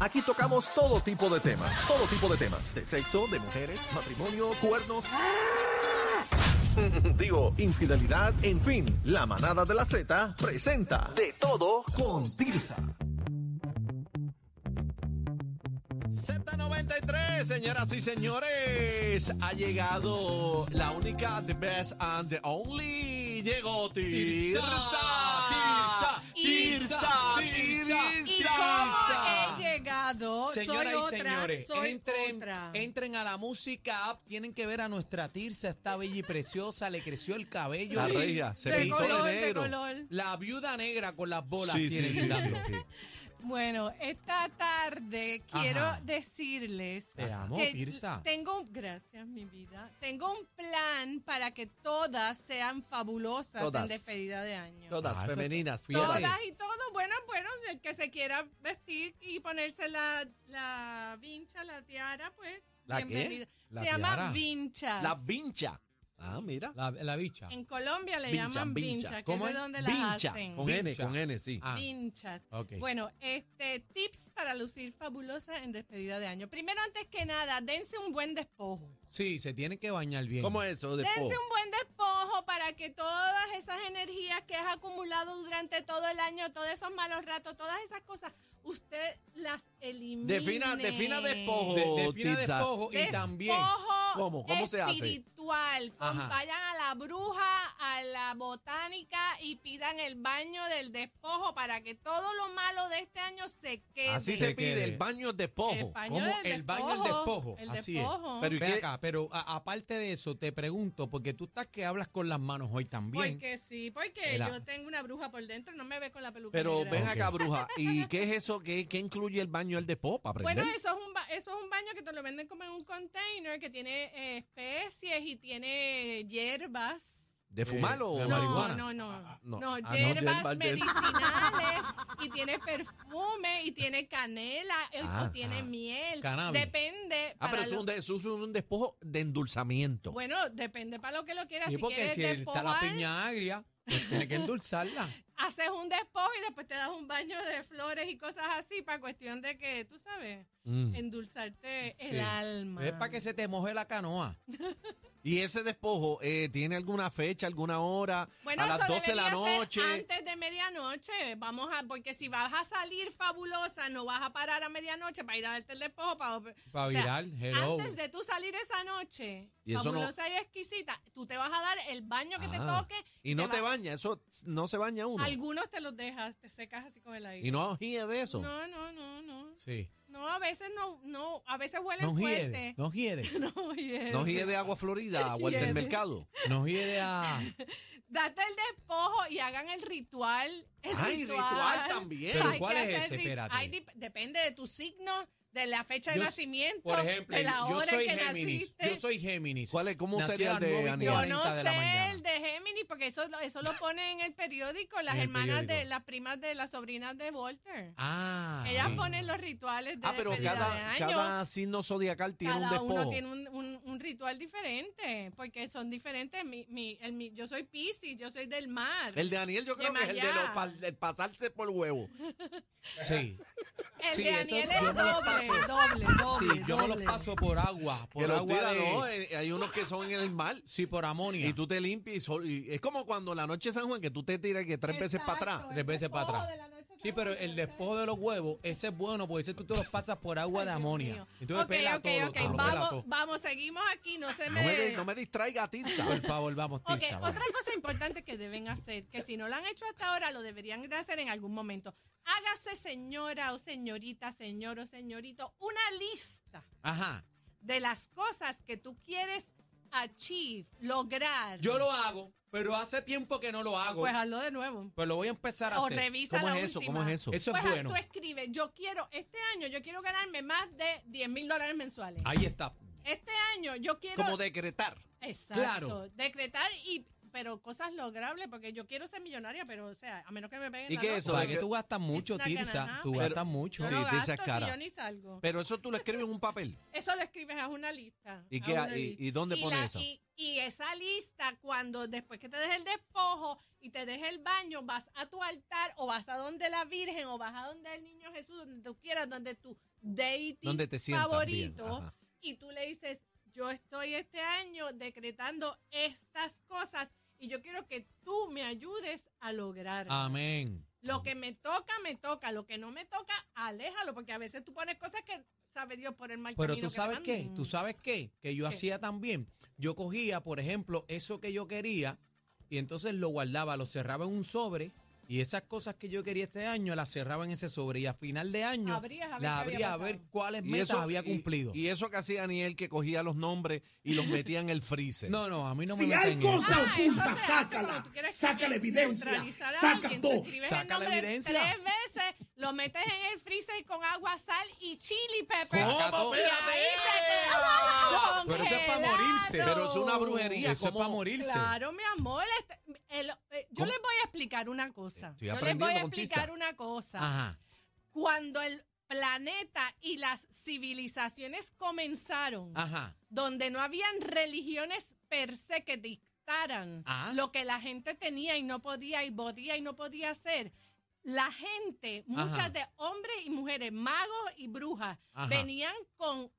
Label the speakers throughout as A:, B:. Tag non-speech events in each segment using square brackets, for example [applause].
A: Aquí tocamos todo tipo de temas, todo tipo de temas, de sexo, de mujeres, matrimonio, cuernos. [laughs] Digo, infidelidad, en fin, la manada de la Z presenta de todo con Tirsa.
B: Z93, señoras y señores, ha llegado la única, the best and the only. Llegó Tirsa. Tirsa, Tirsa, Tirsa,
C: Y cómo he llegado,
B: Señoras
C: Oh,
B: y
C: soy otra,
B: señores,
C: soy
B: entren,
C: otra.
B: entren a la música app, tienen que ver a nuestra Tirsa, está bella y preciosa, le creció el cabello.
D: La
B: Sí.
D: regia, se
B: De
C: de
D: pintó
C: color,
D: de
C: de
D: negro.
C: color.
B: La viuda negra con las bolas
D: Sí,
B: tiene
D: sí,
B: el
D: sí,
B: labio.
D: sí, sí.
C: Bueno, esta tarde
B: Ajá.
C: quiero decirles
B: Te amo,
C: que
B: Tirsa.
C: tengo un, gracias mi vida, tengo un plan para que todas sean fabulosas
D: Todas.
C: en despedida de año.
D: Todas
B: Ah, eso-
D: femeninas,
B: Fíjate.
D: todas.
C: Todas y todos, bueno, bueno, si el que se quiera vestir y ponerse la, la vincha, la tiara, pues
D: ¿La qué?
C: bienvenida.
B: La
C: se llama
B: tiara.
C: vinchas.
D: La vincha. Ah, mira.
B: La, la bicha.
C: En Colombia le
D: Vincha,
C: llaman
D: vincha.
C: vincha, que es
D: ¿Cómo
C: de
D: es?
C: donde las
D: Vincha,
C: hacen.
D: Con N,
B: Vincha.
D: con N, sí.
B: Ah,
C: Pinchas.
B: ok.
C: Bueno, este tips para lucir fabulosa en despedida de año. Primero, antes que nada, dense un buen despojo.
B: Sí, se tienen que bañar bien.
D: ¿Cómo es eso? De po?
C: Dense un buen despojo para que todas esas energías que has acumulado durante todo el año, todos esos malos ratos, todas esas cosas, usted las elimine.
D: Defina, defina despojo,
B: De- defina
D: Oh, Tirsa.
B: despojo y
C: Despojo
B: también.
D: ¿Cómo? ¿Cómo se hace?
C: espiritual. Con-
B: Ajá.
C: Vayan a la bruja, a la botánica y pidan el baño del despojo para que todo lo malo de este año se quede.
D: Así
B: Sí,
D: se
B: que
D: pide
B: de-
D: el baño de
C: El
D: pojo.
C: baño
B: ¿Cómo?
C: del
B: El baño del despojo,
C: El
B: así es.
C: despojo.
D: Pero ¿y
B: Ven
D: qué?
B: acá, pero a- aparte de eso, te pregunto, porque tú estás que hablas con las manos hoy también.
C: Porque sí, porque
B: Era-
C: yo tengo una bruja por dentro, no me ve con la peluca.
D: Pero
C: negra.
D: ven
B: Ok.
D: acá, bruja. ¿Y qué es eso? ¿Qué, qué incluye el baño el de po para aprender?
C: Bueno, eso es, un ba- eso es un baño que te lo venden como en un container que tiene eh, especies y tiene hierbas.
D: ¿De fumar o
B: la
C: No,
B: marihuana.
C: no, no,
D: Ah,
C: no.
D: no. Ah, no,
C: hierbas
D: hierbas, hierbas.
C: medicinales y tiene perfume y tiene canela eh, o
D: Ah,
C: tiene
D: ah.
C: miel.
B: Cannabis.
C: Depende.
D: Ah, pero
C: para
D: es
C: lo-
D: un, de- eso es un despojo de endulzamiento.
C: Bueno, depende para lo que lo quieras.
B: Sí,
C: si
B: porque
C: quieres
B: si está la
C: despojar,
B: piña agria, pues tiene que
D: [laughs]
B: endulzarla.
C: haces un despojo y después te das un baño de flores y cosas así para cuestión de que, tú sabes,
D: Mm.
C: endulzarte
B: Sí.
C: el alma.
B: Es para que se te moje la canoa.
D: ¿Y ese despojo eh, tiene alguna fecha, alguna hora?
C: Bueno,
D: a las
C: eso
D: 12 de la
C: debería ser
D: noche.
C: antes de medianoche, vamos a, porque si vas a salir fabulosa, no vas a parar a medianoche para ir a darte el despojo, para,
B: Para
C: o sea,
B: virar, hello.
C: Antes de tú salir esa noche,
D: Y eso no-
C: fabulosa y exquisita, tú te vas a dar el baño que te
D: Ah,
C: toque.
D: Y no te
C: va-
D: baña, eso no se baña uno.
C: Algunos te los dejas, te secas así con el aire.
D: Y no gira de eso.
C: no, no, no, no.
B: Sí.
C: No, a veces no, no, a veces huelen
B: No hiede,
C: fuerte.
B: no hiede.
C: [laughs] No, hiede.
D: No gira de agua
C: [laughs]
D: florida, agua
C: Hiede.
D: del mercado.
B: No hiede a...
C: Date el despojo y hagan el ritual. El
D: Ay,
C: [laughs]
D: ritual también.
B: Pero
C: Hay
B: ¿cuál
C: que
B: es
C: hacer
B: ese?
C: rit-
B: Espérate.
C: hay dip- depende de tu signo, de la fecha de
B: Yo-
C: nacimiento, [laughs]
B: Por ejemplo,
C: de la
B: yo
C: hora en
B: soy
C: que
B: Géminis.
C: naciste.
B: Yo soy Géminis.
D: ¿Cuál es? ¿Cómo
B: Nací
D: sería
B: a las
D: el de
B: nueve y
D: Aníbal?
C: Yo
B: cuarenta
C: no
B: de
C: sé
B: la mañana.
C: el de Géminis, porque eso, lo- eso lo pone en el periódico las
B: En el
C: hermanas de
B: periódico.
C: las primas de las sobrinas de Walter.
B: Ah.
C: Ellas
B: sí.
C: ponen los rituales de
D: Ah, pero
C: despedida de
D: cada,
C: año.
D: cada signo zodiacal tiene
C: Cada
D: un
C: uno
D: despojo.
C: tiene un, un- un ritual diferente, porque son diferentes. Mi, mi- el, mi- yo soy Pisces, yo soy del mar.
D: El de Daniel yo creo que es el de
C: Yemayá.
D: los pa- el pasarse por huevo.
B: Sí.
C: El
B: Sí,
C: de
B: eso
C: Daniel
B: yo
C: es
B: me lo
C: doble, doble,
B: [laughs]
C: doble.
B: Sí, yo me los
C: doble.
B: paso por agua.
D: que
B: Por
D: los
B: agua
D: tira,
B: de...
D: no, eh, hay unos que son en el mar.
B: Sí, por amonia.
D: Y tú te limpias y, sol- y es como cuando la noche de San Juan que tú te tiras que tres veces para
C: Exacto,
D: atrás.
C: el
B: Tres veces para
C: despojo
B: atrás.
C: de la noche
B: Sí, pero el
C: también.
B: despojo de los huevos, ese es bueno, porque ese tú te los pasas por agua de
C: Dios
B: amonia.
C: mío.
B: Entonces
C: Ok,
B: pela
C: ok,
B: todo, todo,
C: ok,
B: pela todo.
C: Vamos, vamos, seguimos aquí, no se
D: No
C: me...
D: me, de- no me distraiga, Tirsa.
B: Por favor, vamos,
C: Ok,
B: Tirsa. vamos.
C: otra cosa importante que deben hacer, que si no lo han hecho hasta ahora, lo deberían de hacer en algún momento. Hágase, señora o señorita, señor o señorito, una lista
B: Ajá.
C: de las cosas que tú quieres achieve, lograr.
B: Yo lo hago, pero hace tiempo que no lo hago.
C: Pues hazlo de nuevo.
B: Pero lo voy a empezar a
C: O
B: hacer.
C: revisa
D: ¿Cómo
C: la
D: es eso?
C: última.
D: ¿Cómo es eso?
B: Eso
C: pues
B: es
C: ah,
B: bueno.
C: tú escribes, yo quiero, este año yo quiero ganarme más de 10 mil dólares mensuales.
B: Ahí está.
C: Este año yo quiero
D: Como decretar.
C: Exacto,
B: Claro.
C: decretar y pero cosas logrables, porque yo quiero ser millonaria, pero o sea, a menos que me peguen
D: ¿Y
C: la
D: qué
C: loca.
D: eso?
B: Para
D: Porque-
B: que tú gastas mucho,
C: It's not gonna
B: Tirsa. Tú
C: happen.
B: gastas mucho.
C: Yo
D: Sí,
C: no
D: te dices
C: gasto si
D: cara.
C: yo ni salgo.
D: Pero eso tú lo escribes en un
C: [laughs]
D: papel.
C: Eso lo escribes a una lista.
D: ¿Y
C: a
D: qué-
C: una
D: y-
C: lista.
D: y dónde pone
C: la-
D: esa?
C: Y, y esa lista, cuando después que te deje el despojo y te deje el baño, vas a tu altar o vas a donde la Virgen o vas a donde el niño Jesús, donde tú quieras, donde tu deity
D: Donde te sientas
C: favorito.
D: bien. Ajá.
C: y tú le dices, yo estoy este año decretando estas cosas y yo quiero que tú me ayudes a lograr.
B: Ah. Amén.
C: Lo que me toca, me toca. Lo que no me toca, aléjalo, porque a veces tú pones cosas que sabe Dios por el mal
B: Pero
C: camino
B: tú
C: que
B: sabes
C: te
B: qué,
C: mandan.
B: tú sabes qué, que yo
C: ¿Qué?
B: hacía también. Yo cogía, por ejemplo, eso que yo quería y entonces lo guardaba, lo cerraba en un sobre y esas cosas que yo quería este año las cerraba en ese sobre y a final de año
C: Abrías a ver
B: las
C: qué
B: abría
C: había
B: a ver
C: pasado.
B: cuáles metas había
D: y-
B: cumplido.
D: Y, eso que hacía Aniel, que cogía los nombres y los metía en el freezer.
B: no, no, a mí no
E: si
B: me
E: hay
B: meten en eso.
E: cosa
C: Ah, eso
E: oculta,
C: se hace cuando
E: sácala.
C: tú quieres eh,
E: Saca la evidencia.
C: neutralizar a
E: Saca
C: alguien. Tú
E: todo.
C: escribes el
B: Saca la
C: nombre
B: evidencia.
C: Tres veces, lo metes en el freezer con agua, sal y chili pepper.
B: Saca todo.
C: Y ahí se queda
B: Pero eso es para
C: congelado.
B: morirse.
D: Pero es una brujería.
B: Eso es
D: ¿cómo?
B: para morirse.
C: Claro, mi amor. este- el- eh, yo
D: ¿Cómo?
C: les voy a explicar una cosa.
D: Estoy
C: yo les voy
D: aprendiendo
C: a
D: con Tisa.
C: explicar una cosa.
B: Ajá.
C: Cuando el planeta y las civilizaciones comenzaron,
D: Ah.
B: Ajá.
C: donde no habían religiones per se que dictaran
B: Ah.
C: lo que la gente tenía y no podía y podía y no podía hacer. La gente, muchas de hombres y mujeres, magos y brujas,
B: Ajá.
C: venían con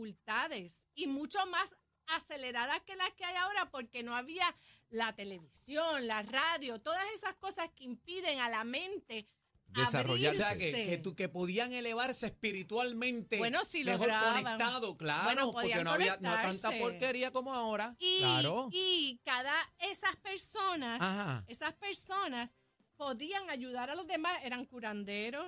C: facultades y mucho más aceleradas que las que hay ahora porque no había la televisión, la radio, todas esas cosas que impiden a la mente
B: O
D: Desarrollarse.
B: sea, que,
C: abrirse.
B: que tú- que podían elevarse espiritualmente.
C: Bueno, si
B: mejor
C: lograban.
B: conectado, claro.
C: Bueno,
B: porque
C: podían
B: no había no tanta
C: conectarse.
B: porquería como ahora.
C: Y,
B: claro. Ah.
C: y cada esas personas
B: Ajá.
C: esas personas podían ayudar a los demás, eran curanderos,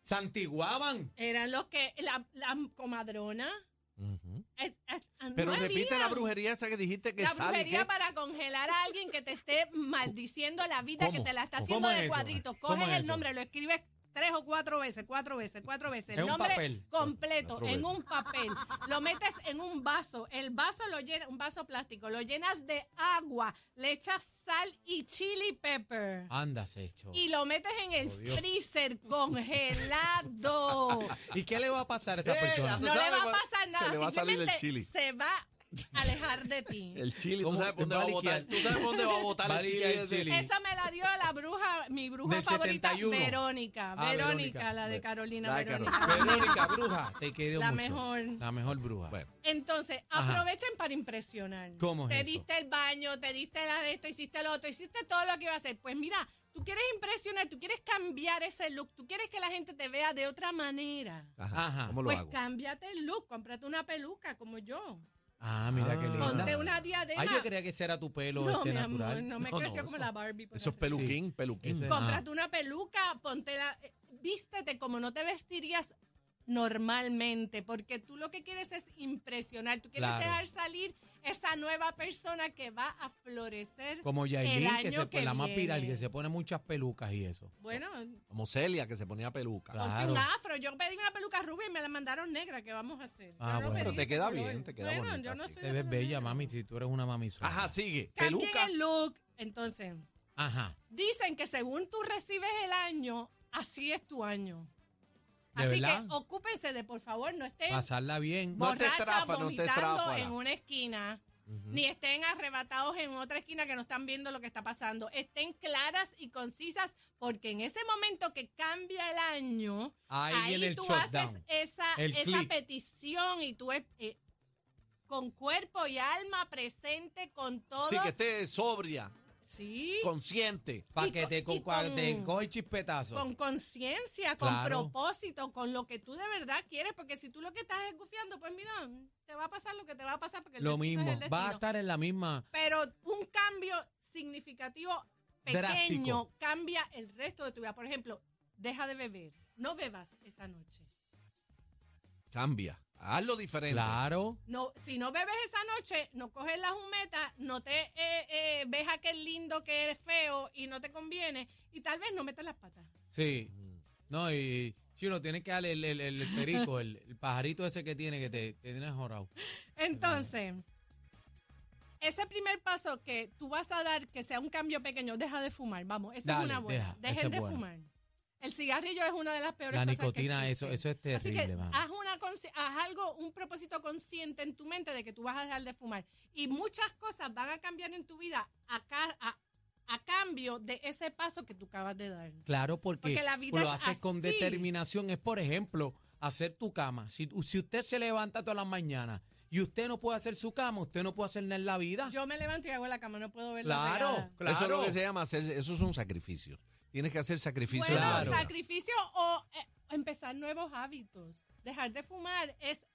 B: Santiguaban.
C: eran los que, la, la comadrona.
D: Ujú.
C: Es- es- no
D: Pero
C: había.
D: repite la brujería esa que dijiste que
C: La
D: sale.
C: brujería
D: ¿qué?
C: para congelar a alguien que te esté maldiciendo la vida,
B: ¿Cómo?
C: que te la está
B: ¿Cómo
C: haciendo
B: es
C: de
B: eso?
C: cuadritos.
B: ¿Cómo
C: Coges
B: es
C: el
B: eso?
C: nombre, lo escribes tres o cuatro veces, cuatro veces, cuatro veces.
B: En
C: El
B: un
C: nombre
B: papel.
C: completo
D: Cuatro
C: en
D: veces.
C: un papel. Lo metes en un vaso. El vaso lo llena, un vaso plástico, lo llenas de agua, le echas sal y chili pepper.
B: Andas hecho.
C: y lo metes en el
D: Oh,
C: freezer
D: [laughs]
C: congelado.
B: ¿Y qué le va a pasar a esa
D: Eh,
B: persona?
D: Tú
C: No le
D: sabes,
C: va a
D: va-
C: pasar
D: se
C: nada,
D: le va a salir el
C: simplemente
D: chili.
C: se va a alejar de ti.
D: El chili, tú
B: ¿Cómo?
D: sabes por dónde
B: Va
D: va
B: a
D: a botar. Tú
B: liquear.
D: sabes por dónde va a botar
B: Va a
D: el chili.
B: liquear el
D: ese.
B: chili.
C: Esa me la dio la bruja, mi bruja
B: Del
C: favorita,
B: 71.
C: Verónica.
B: Ah,
C: Verónica,
B: Verónica.
C: la de
D: Ve-
C: Carolina.
D: la de
C: Verónica.
B: Verónica, bruja, te quiero
C: La
B: mucho.
C: mejor.
B: La mejor bruja.
D: Bueno.
C: Entonces,
B: Ajá.
C: aprovechen para impresionar.
B: ¿Cómo es
C: Te
B: eso?
C: diste el baño, te diste la de esto, hiciste lo otro, hiciste todo lo que iba a hacer. Pues mira, tú quieres impresionar, tú quieres cambiar ese look, tú quieres que la gente te vea de otra manera.
D: Ajá.
B: Ajá.
D: ¿Cómo lo
C: Pues
D: hago?
C: cámbiate el look, cómprate una peluca como yo.
B: Ah, mira qué
D: Ah.
B: linda.
C: Ponte una diadema.
B: Ay, yo creía que ese era tu pelo
C: no,
B: este
C: mi
B: natural.
C: amor, no me
D: No, no,
C: creció como
D: eso-
C: la Barbie. por
D: Eso es
C: el resto.
D: peluquín, peluquín.
B: Ese-
C: Cómprate una peluca, ponte la, eh, vístete como no te vestirías normalmente, porque tú lo que quieres es impresionar, tú quieres
B: Claro.
C: dejar salir esa nueva persona que va a florecer.
B: Como
C: El
B: Yailin,
C: año
B: que se
C: que
B: pone la más viral,
C: viene.
B: que se pone muchas pelucas y eso.
C: Bueno,
D: Como Celia, que se ponía peluca.
B: Claro.
C: ponte un afro. Yo pedí una peluca rubia y me la mandaron negra, ¿qué vamos a hacer?
B: Ah,
C: Yo no
B: bueno.
C: pedí
B: Pero
D: te queda
C: color.
D: bien, te queda
C: Bueno,
D: bonita,
C: yo no
D: sí.
C: soy
B: Te
C: de
B: ves
C: color
B: bella,
C: negro.
B: mami, si tú eres una mami sola.
D: Ajá, sigue.
C: Cambien
D: Peluca.
C: el look, entonces.
B: Ajá.
C: Dicen que según tú recibes el año, así es tu año.
B: ¿De
C: Así
B: verdad?
C: que ocúpense de, por favor, no estén
B: Pasarla bien.
D: No te
C: borrachos
D: estrafa, no te
C: vomitando
D: estrafa.
C: en una esquina, ni estén arrebatados en otra esquina que no están viendo lo que está pasando. Estén claras y concisas, porque en ese momento que cambia el año,
B: Ahí,
C: ahí,
B: viene el
C: tú haces
B: shutdown.
C: esa,
B: el
C: esa
B: click.
C: petición y tú eh, eh, con cuerpo y alma presente, con todo.
D: Sí, que esté sobria,
C: Sí.
D: consciente.
B: Para
C: y
B: que
C: con-
B: te,
C: y
B: co- pa' que te
C: con-
B: coge el chispetazo.
C: Con conciencia, con
B: Claro.
C: propósito, con lo que tú de verdad quieres, porque si tú lo que estás es gufiando, pues mira, te va a pasar lo que te va a pasar, porque el
B: Lo
C: destino es
B: mismo.
C: el destino.
B: Va a estar en la misma.
C: Pero un cambio significativo, pequeño,
B: Drástico.
C: cambia el resto de tu vida. Por ejemplo, deja de beber, no bebas esa noche.
D: Cambia. Hazlo diferente.
B: Claro.
C: No, si no bebes esa noche, no coges la jumeta, no te eh, eh, ves aquel lindo que eres feo y no te conviene, y tal vez no metas las patas.
B: Sí. No, y Chino, tienes que darle el, el- el perico, el, el pajarito ese que tiene que te, te tiene jorado.
C: Entonces, ese primer paso que tú vas a dar, que sea un cambio pequeño, deja de fumar, vamos, esa
B: Dale,
C: es una buena.
B: deja, esa
C: Dejen
B: es
C: de
B: buena.
C: fumar. El cigarrillo es una de las peores
B: La
C: cosas que
B: nicotina, eso,
C: existen.
B: eso es
C: Así que ah,
B: terrible, mano.
C: haz, una consci- haz algo, un propósito consciente en tu mente de que tú vas a dejar de fumar. Y muchas cosas van a cambiar en tu vida a, ca- a- a cambio de ese paso que tú acabas de dar.
B: Claro, porque,
C: Porque la vida
B: lo
C: es
B: haces con
C: así.
B: determinación. Es, por ejemplo, hacer tu cama. Si, si usted se levanta todas las mañanas y usted no puede hacer su cama, usted no puede hacer nada en la vida.
C: Yo me levanto y hago la cama, no puedo ver la
B: claro,
C: regada.
B: claro.
D: Eso es lo que se llama hacer, esos son sacrificios. Tienes que hacer sacrificios.
C: Bueno,
B: Claro.
D: en la vida.
C: sacrificio o eh, empezar nuevos hábitos. Dejar de fumar es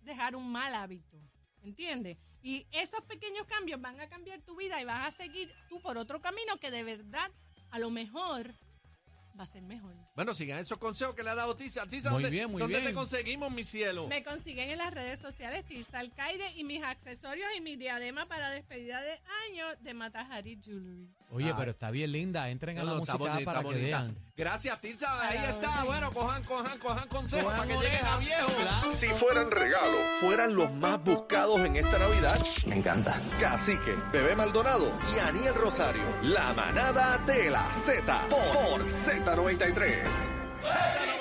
C: dejar un mal hábito, ¿entiendes? Y esos pequeños cambios van a cambiar tu vida y vas a seguir tú por otro camino que de verdad a lo mejor va a ser mejor.
D: Bueno, sigan esos consejos que le ha dado Tiza. Tiza,
B: Muy
D: ¿dónde,
B: bien, muy
D: dónde
B: bien.
D: te conseguimos, mi cielo?
C: Me consiguen en las redes sociales Tirsa Alcaide y mis accesorios y mi diadema para despedida de año de Matajari Jewelry.
B: Oye,
D: Ah.
B: pero está bien linda. Entren a la
D: No, está
B: música
D: bonita,
B: para
D: está
B: que
D: bonita.
B: vean.
D: Gracias, Tiza. Ahí
C: la
D: está.
C: orden.
D: Bueno, cojan, cojan, cojan consejos para
B: Cojan
D: que lleguen
B: oreja.
D: a viejo.
A: Si fueran regalo, fueran los más buscados en esta Navidad.
E: Me encanta.
A: Cacique, Bebé Maldonado y Aniel Rosario. La manada de la Z por, por Z93.
D: Z93.